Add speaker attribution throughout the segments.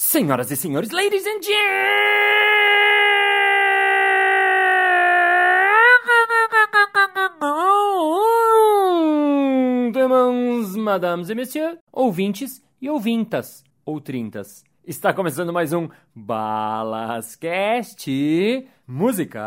Speaker 1: Senhoras e senhores, ladies and gentlemen, madames e messieurs, ouvintes e ouvintas, ou trintas. Está começando mais um Balascast Música.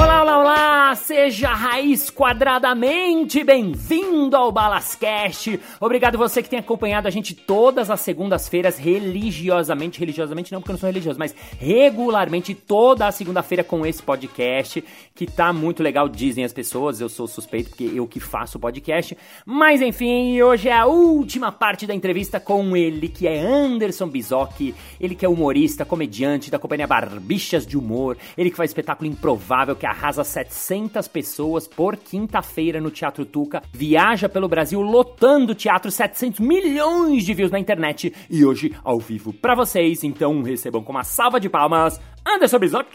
Speaker 1: Olá, olá, olá! Seja raiz quadradamente bem-vindo ao Balascast. Obrigado você que tem acompanhado a gente todas as segundas-feiras religiosamente, religiosamente não porque eu não sou religioso, mas regularmente toda a segunda-feira com esse podcast que tá muito legal, dizem as pessoas. Eu sou suspeito porque eu que faço o podcast. Mas enfim, hoje é a última parte da entrevista com ele que é Anderson Bizoc, ele que é humorista, comediante da companhia Barbichas de Humor, ele que faz espetáculo improvável que arrasa 700 pessoas por quinta-feira no Teatro Tuca, viaja pelo Brasil lotando o teatro, 700 milhões de views na internet e hoje ao vivo pra vocês. Então recebam com uma salva de palmas Anderson Bizoc.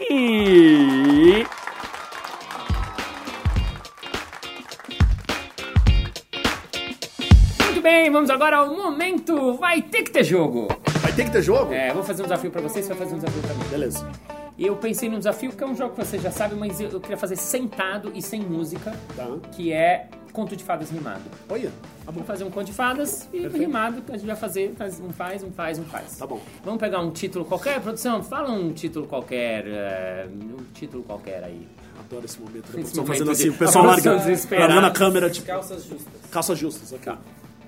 Speaker 1: Muito bem, vamos agora ao momento vai ter que ter jogo.
Speaker 2: Vai ter que ter jogo?
Speaker 1: É, eu vou fazer um desafio pra vocês, você vai fazer um desafio pra mim.
Speaker 2: Beleza.
Speaker 1: E eu pensei num desafio que é um jogo que você já sabe, mas eu, eu queria fazer sentado e sem música,
Speaker 2: Tá.
Speaker 1: que é conto de fadas rimado.
Speaker 2: Olha,
Speaker 1: Tá bom. Vamos fazer um conto de fadas e rimado que a gente vai fazer, faz um faz, um faz, um faz.
Speaker 2: Tá bom.
Speaker 1: Vamos pegar um título qualquer, produção? Fala um título qualquer, eh, um título qualquer aí.
Speaker 2: adoro esse momento. da
Speaker 1: Esse
Speaker 2: produção
Speaker 1: momento
Speaker 2: fazendo
Speaker 1: de-
Speaker 2: assim, o
Speaker 1: a
Speaker 2: pessoal
Speaker 1: produção
Speaker 2: largando,
Speaker 1: desesperada.
Speaker 2: largando a câmera, tipo,
Speaker 3: Calças justas.
Speaker 2: calça justas, ok.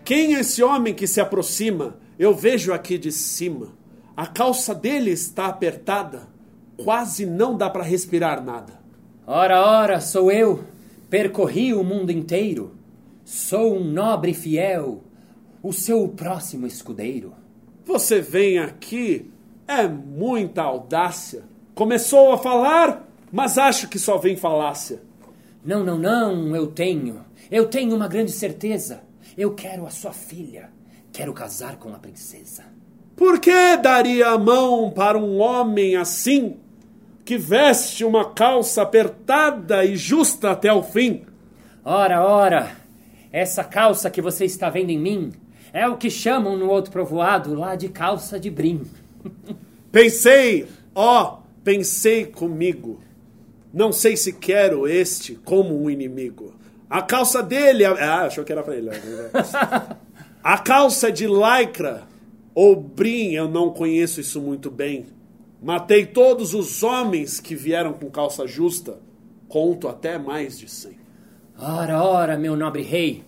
Speaker 2: Quem é esse homem que se aproxima? Eu vejo aqui de cima. A calça dele está apertada, quase não dá pra respirar nada.
Speaker 1: Ora, ora, sou eu. Percorri o mundo inteiro. Sou um nobre fiel, o seu próximo escudeiro.
Speaker 2: Você vem aqui, é muita audácia. Começou a falar, mas acho que só vem falácia.
Speaker 1: Não, não, não, eu tenho. Eu tenho uma grande certeza. Eu quero a sua filha. Quero casar com a princesa.
Speaker 2: Por que daria a mão para um homem assim, que veste uma calça apertada e justa até o fim?
Speaker 1: Ora, ora, essa calça que você está vendo em mim é o que chamam no outro povoado lá de calça de brim.
Speaker 2: Pensei, ó, pensei comigo. Não sei se quero este como um inimigo. A calça dele. Ah, achou que era pra ele. né? A calça de lycra ou brim, eu não conheço isso muito bem. Matei todos os homens que vieram com calça justa. Conto até mais de cem.
Speaker 1: Ora, ora, meu nobre rei,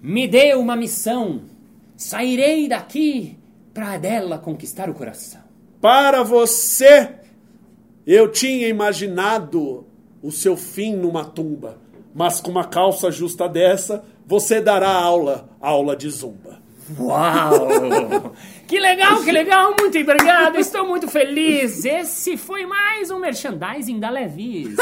Speaker 1: me dê uma missão. Sairei daqui para dela conquistar o coração.
Speaker 2: Para você, eu tinha imaginado o seu fim numa tumba, mas com uma calça justa dessa, você dará aula, aula de zumba.
Speaker 1: Uau! Que legal, que legal, muito obrigado, estou muito feliz. Esse foi mais um merchandising da Levis.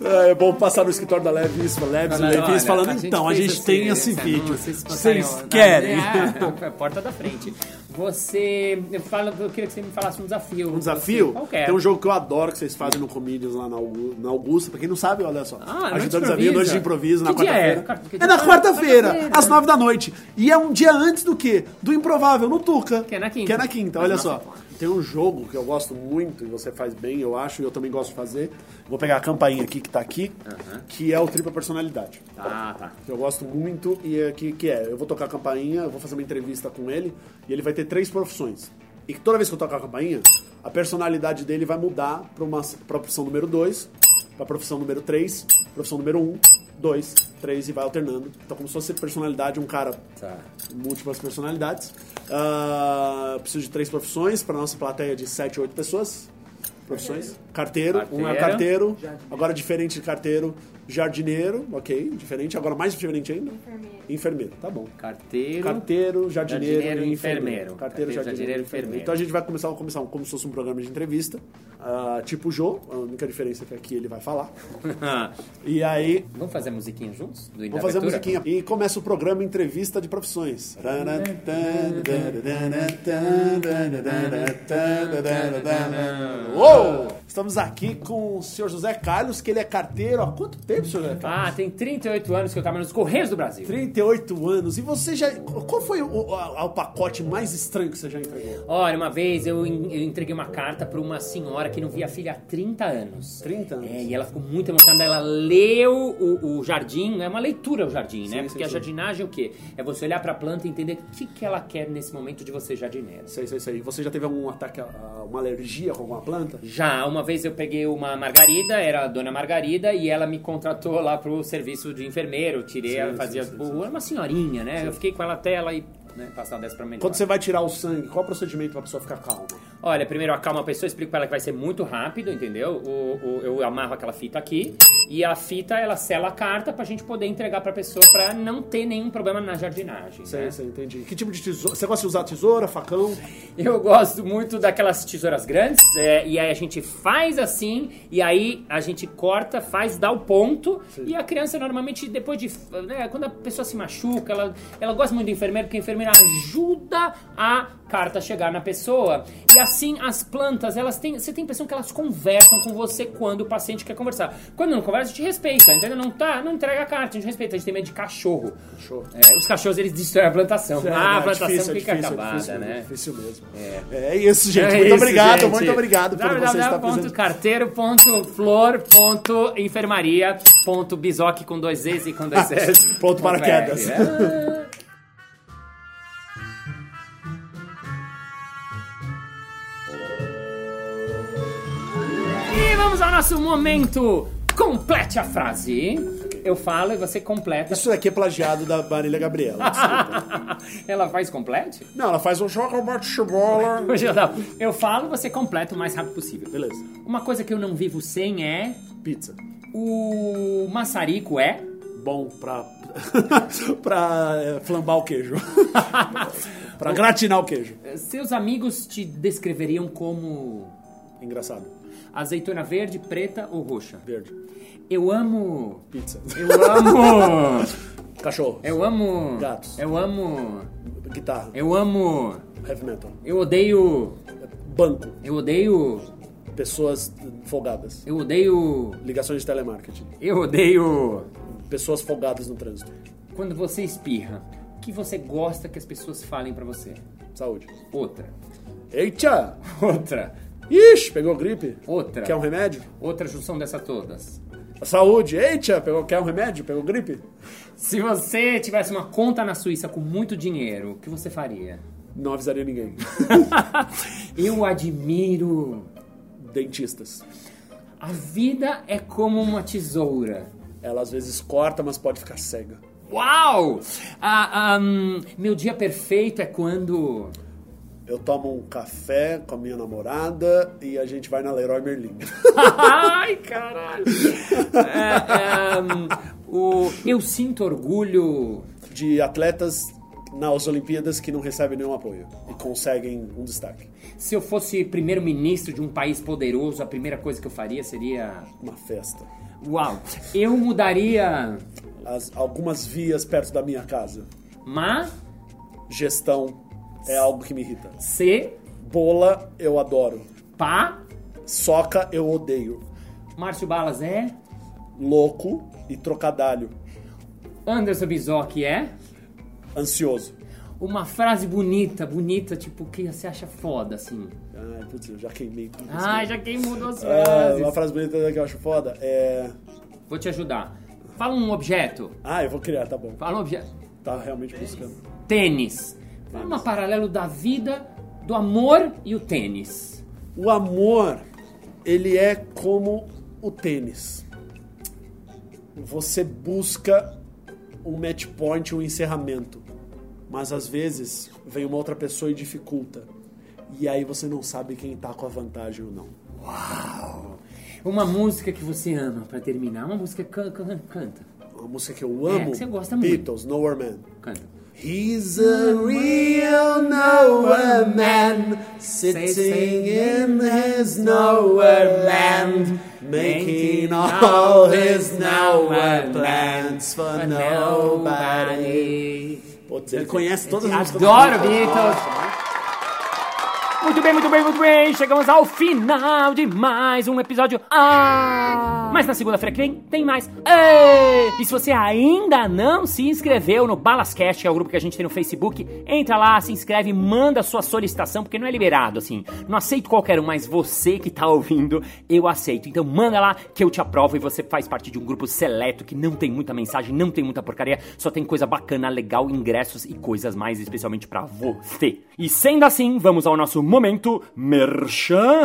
Speaker 2: É bom passar no escritório da Levis, Levis,
Speaker 1: Olha,
Speaker 2: Levis, falando,
Speaker 3: a gente
Speaker 2: então, a
Speaker 3: fez
Speaker 2: gente
Speaker 3: esse-
Speaker 2: tem esse
Speaker 3: esse
Speaker 2: vídeo,
Speaker 3: anúncio, vocês
Speaker 2: vocês
Speaker 3: passaram-
Speaker 2: querem?
Speaker 1: né?" É, porta da frente. Você. Eu, falo, eu queria que você me falasse um desafio.
Speaker 2: Um desafio?
Speaker 1: Qualquer.
Speaker 2: Tem um jogo que eu adoro que vocês fazem no Comedians lá na Augu- na Augusta. Pra quem não sabe, olha só.
Speaker 1: Ah, noite de
Speaker 2: Ajudando os
Speaker 1: improviso.
Speaker 2: amigos, noite de improviso, na
Speaker 1: Que dia é?
Speaker 2: quarta-feira.
Speaker 1: Quarta- que
Speaker 2: É,
Speaker 1: dia
Speaker 2: na
Speaker 1: é?
Speaker 2: quarta-feira,
Speaker 1: Quarta-feira.
Speaker 2: às nove da noite. E é um dia antes do quê? Do Improvável, no Tuca.
Speaker 1: Que é na quinta.
Speaker 2: Que é na quinta,
Speaker 1: Mas
Speaker 2: olha
Speaker 1: nossa,
Speaker 2: só. Tem um jogo que eu gosto muito, e você faz bem, eu acho, e eu também gosto de fazer. Vou pegar a campainha aqui que tá aqui, que é o Tripla Personalidade
Speaker 1: Ah, tá.
Speaker 2: que eu gosto muito e é que, que é, eu vou tocar a campainha, eu vou fazer uma entrevista com ele e ele vai ter três profissões. E que toda vez que eu tocar a campainha, a personalidade dele vai mudar pra, uma, pra profissão número 2, pra profissão número 3, profissão número 1, 2, 3 e vai alternando. Então como se fosse personalidade, um cara
Speaker 1: Tá.
Speaker 2: múltiplas personalidades. Ah, preciso de três profissões para nossa plateia de 7, 8 pessoas. profissões. Carteiro, um é
Speaker 1: Carteiro.
Speaker 2: carteiro, agora diferente de carteiro, jardineiro, ok, diferente, agora mais diferente ainda?
Speaker 3: Enfermeiro.
Speaker 2: Enfermeiro, tá bom.
Speaker 1: Carteiro.
Speaker 2: Carteiro, jardineiro,
Speaker 1: jardineiro
Speaker 2: e
Speaker 1: e
Speaker 2: enfermeiro.
Speaker 1: enfermeiro.
Speaker 2: Carteiro,
Speaker 1: Carteiro, jardineiro e enfermeiro.
Speaker 2: Então a gente vai começar, começar um- como se fosse um programa de entrevista, ah, tipo o Jô, a única diferença é que aqui ele vai falar. E aí
Speaker 1: Vamos fazer a musiquinha juntos? Do
Speaker 2: Vamos fazer a musiquinha. E começa o programa Entrevista de Profissões. Uou! Estamos aqui com o senhor José Carlos, que ele é carteiro há quanto tempo, senhor José Carlos?
Speaker 1: Ah, tem 38 anos que eu trabalho nos Correios do Brasil.
Speaker 2: 38 anos. E você já. Qual foi o, a- o pacote mais estranho que você já entregou?
Speaker 1: Olha, uma vez eu, en- eu entreguei uma carta pra uma senhora que não via a filha há 30 anos.
Speaker 2: 30 anos?
Speaker 1: É, e ela ficou muito emocionada. Ela leu o, o jardim, é uma leitura o jardim, né?
Speaker 2: Sim,
Speaker 1: Porque
Speaker 2: sim,
Speaker 1: a
Speaker 2: sim.
Speaker 1: jardinagem é o quê? É você olhar pra planta e entender o que, que ela quer nesse momento de você, jardineiro.
Speaker 2: Sei, sei, sei. Você já teve algum ataque, a- a- uma alergia com alguma planta?
Speaker 1: Já, uma vez eu peguei uma Margarida, era a dona Margarida, e ela me contratou lá pro serviço de enfermeiro. Tirei, ela fazia. pô, Era uma senhorinha, né? Eu fiquei com ela até ela ir né, passar dessa pra melhor.
Speaker 2: Quando você vai tirar o sangue, qual é o procedimento para a pessoa ficar calma?
Speaker 1: Olha, primeiro eu acalmo a pessoa, explico pra ela que vai ser muito rápido, entendeu? O, o- eu amarro aquela fita aqui e a fita ela sela a carta pra gente poder entregar pra pessoa pra não ter nenhum problema na jardinagem.
Speaker 2: Sei,
Speaker 1: né?
Speaker 2: sei, entendi. Que tipo de tesoura? Você gosta de usar tesoura, facão?
Speaker 1: Eu gosto muito daquelas tesouras grandes, é, e aí a gente faz assim, e aí a gente corta, faz, dá o ponto, e a criança normalmente, depois de. né, quando a pessoa se machuca, ela, ela gosta muito do enfermeiro, porque o enfermeiro ajuda a carta a chegar na pessoa. E assim as plantas, elas têm. Você tem a impressão que elas conversam com você quando o paciente quer conversar. Quando não conversa, a gente respeita, entendeu? Não tá, não entrega a carta, a gente respeita, a gente tem medo de cachorro.
Speaker 2: Cachorro.
Speaker 1: É, os cachorros eles destroem a plantação.
Speaker 2: É,
Speaker 1: ah,
Speaker 2: não,
Speaker 1: a
Speaker 2: é
Speaker 1: plantação
Speaker 2: difícil, é
Speaker 1: fica
Speaker 2: difícil,
Speaker 1: acabada,
Speaker 2: é difícil,
Speaker 1: né?
Speaker 2: É difícil mesmo.
Speaker 1: É.
Speaker 2: É isso, gente.
Speaker 1: É
Speaker 2: muito
Speaker 1: isso,
Speaker 2: obrigado,
Speaker 1: gente.
Speaker 2: muito obrigado por você estar presente.
Speaker 1: www.carteiro.flor.enfermaria.bisoc com dois Z's e com dois S.
Speaker 2: Ponto paraquedas.
Speaker 1: Com F, né? E vamos ao nosso momento. Complete a frase. Eu falo e você completa.
Speaker 2: Isso daqui é plagiado da Marília Gabriela. desculpa.
Speaker 1: Ela faz complete?
Speaker 2: não, ela faz um jogo bate-bola.
Speaker 1: Hoje não. Eu falo, você completa o mais rápido possível.
Speaker 2: Beleza.
Speaker 1: Uma coisa que eu não vivo sem é.
Speaker 2: Pizza.
Speaker 1: O maçarico é.
Speaker 2: Bom pra. pra é, flambar o queijo. pra gratinar o queijo.
Speaker 1: Seus amigos te descreveriam como.
Speaker 2: Engraçado.
Speaker 1: Azeitona verde, preta ou roxa?
Speaker 2: Verde.
Speaker 1: Eu amo.
Speaker 2: Pizza.
Speaker 1: Eu amo.
Speaker 2: Cachorro.
Speaker 1: Eu amo.
Speaker 2: Gatos.
Speaker 1: Eu amo.
Speaker 2: Guitarra.
Speaker 1: Eu amo.
Speaker 2: Heavy metal.
Speaker 1: Eu odeio.
Speaker 2: Banco.
Speaker 1: Eu odeio.
Speaker 2: Pessoas folgadas.
Speaker 1: Eu odeio.
Speaker 2: Ligações de telemarketing.
Speaker 1: Eu odeio.
Speaker 2: Pessoas folgadas no trânsito.
Speaker 1: Quando você espirra, o que você gosta que as pessoas falem pra você?
Speaker 2: Saúde.
Speaker 1: Outra.
Speaker 2: Eita!
Speaker 1: Outra.
Speaker 2: Ixi, pegou gripe?
Speaker 1: Outra.
Speaker 2: Quer um remédio?
Speaker 1: Outra junção dessa todas.
Speaker 2: Saúde. Eita, pegou, quer um remédio? Pegou gripe?
Speaker 1: Se você tivesse uma conta na Suíça com muito dinheiro, o que você faria?
Speaker 2: Não avisaria ninguém.
Speaker 1: Eu admiro.
Speaker 2: Dentistas.
Speaker 1: A vida é como uma tesoura.
Speaker 2: Ela às vezes corta, mas pode ficar cega.
Speaker 1: Uau! Ah, ahn, meu dia perfeito é quando.
Speaker 2: Eu tomo um café com a minha namorada e a gente vai na Leroy Merlin.
Speaker 1: Ai, caralho! É, ahn, o... Eu sinto orgulho.
Speaker 2: De atletas nas Olimpíadas que não recebem nenhum apoio e conseguem um destaque.
Speaker 1: Se eu fosse primeiro-ministro de um país poderoso, a primeira coisa que eu faria seria.
Speaker 2: Uma festa.
Speaker 1: Uau! Eu mudaria.
Speaker 2: As- algumas vias perto da minha casa.
Speaker 1: Ma.
Speaker 2: Gestão é algo que me irrita.
Speaker 1: Se.
Speaker 2: Bola eu adoro.
Speaker 1: Pa.
Speaker 2: Soca eu odeio.
Speaker 1: Márcio Balas é.
Speaker 2: Louco e trocadalho.
Speaker 1: Anderson Bizoc é.
Speaker 2: Ansioso.
Speaker 1: Uma frase bonita, bonita, tipo, que você acha foda, assim.
Speaker 2: Ai, putz, eu já queimei tudo. isso.
Speaker 1: Ai, já quem mudou as
Speaker 2: Ah,
Speaker 1: frases.
Speaker 2: uma frase bonita que eu acho foda é.
Speaker 1: Vou te ajudar. Fala um objeto.
Speaker 2: Ah, eu vou criar, tá bom.
Speaker 1: Fala um objeto.
Speaker 2: Tá realmente buscando.
Speaker 1: Tênis. Fala um paralelo da vida, do amor e o tênis.
Speaker 2: O amor, ele é como o tênis. Você busca um match point, um encerramento. Mas às vezes vem uma outra pessoa e dificulta. E aí você não sabe quem tá com a vantagem ou não.
Speaker 1: Uau! Uma música que você ama, pra terminar. Uma música can, can- canta.
Speaker 2: Uma música que eu amo.
Speaker 1: É, que você gosta muito.
Speaker 2: Beatles, Nowhere Man.
Speaker 1: Canta.
Speaker 2: He's a real nowhere man, sitting in his nowhere land, making all his nowhere plans for nobody. Putz, ele conhece todas as músicas.
Speaker 1: Adoro Beatles. Muito bem, muito bem, muito bem. Chegamos ao final de mais um episódio. Ah! Mas na segunda-feira que vem tem mais. Ei! E se você ainda não se inscreveu no Balascast, que é o grupo que a gente tem no Facebook, entra lá, se inscreve, manda sua solicitação, porque não é liberado, assim. Não aceito qualquer um, mas você que tá ouvindo, eu aceito. Então manda lá que eu te aprovo e você faz parte de um grupo seleto que não tem muita mensagem, não tem muita porcaria, só tem coisa bacana, legal, ingressos e coisas mais, especialmente pra você. E sendo assim, vamos ao nosso momento merchan.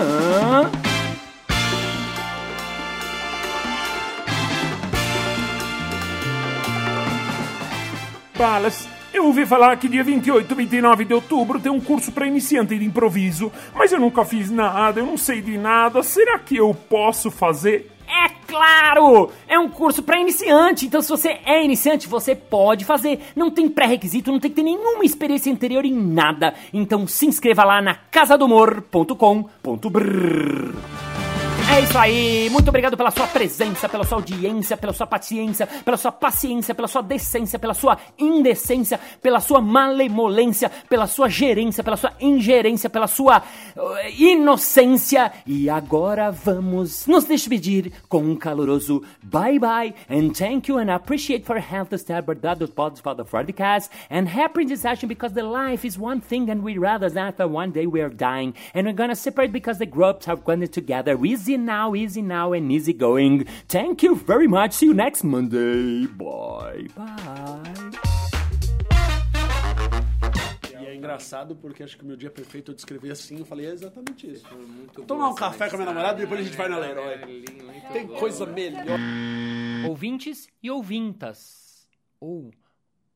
Speaker 3: Balas, eu ouvi falar que dia 28 e 29 de outubro tem um curso pra iniciante de improviso, mas eu nunca fiz nada, eu não sei de nada. Será que eu posso fazer?
Speaker 1: É claro! É um curso pra iniciante, então se você é iniciante, você pode fazer. Não tem pré-requisito, não tem que ter nenhuma experiência anterior em nada. Então se inscreva lá na casadomor.com.br. É isso aí, muito obrigado pela sua presença, pela sua audiência, pela sua paciência, pela sua paciência, pela sua decência, pela sua indecência, pela sua malemolência, pela sua gerência, pela sua ingerência, pela sua eh, inocência. E agora vamos nos despedir com um caloroso bye bye and thank you and appreciate for help to start but that was pod for the podcast and happy in this session because the life is one thing and we rather that the one day we are dying and we're gonna separate because the groups have gone together easy now easy now and easy going thank you very much see you next monday bye bye
Speaker 2: E é engraçado porque acho que o meu dia perfeito eu descrevi assim, eu falei é exatamente isso. Tomar um café com a minha namorada e depois a gente vai na Leroy. Tem coisa melhor.
Speaker 1: ouvintes e ouvintas. Ou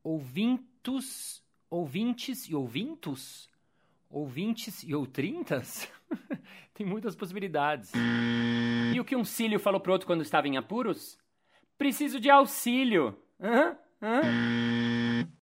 Speaker 1: ouvintos, ouvintes e ouvintos? Ouvintes e outrintas? Tem muitas possibilidades. E o que um cílio falou pro outro quando estava em apuros? Preciso de auxílio. Hã? Hã?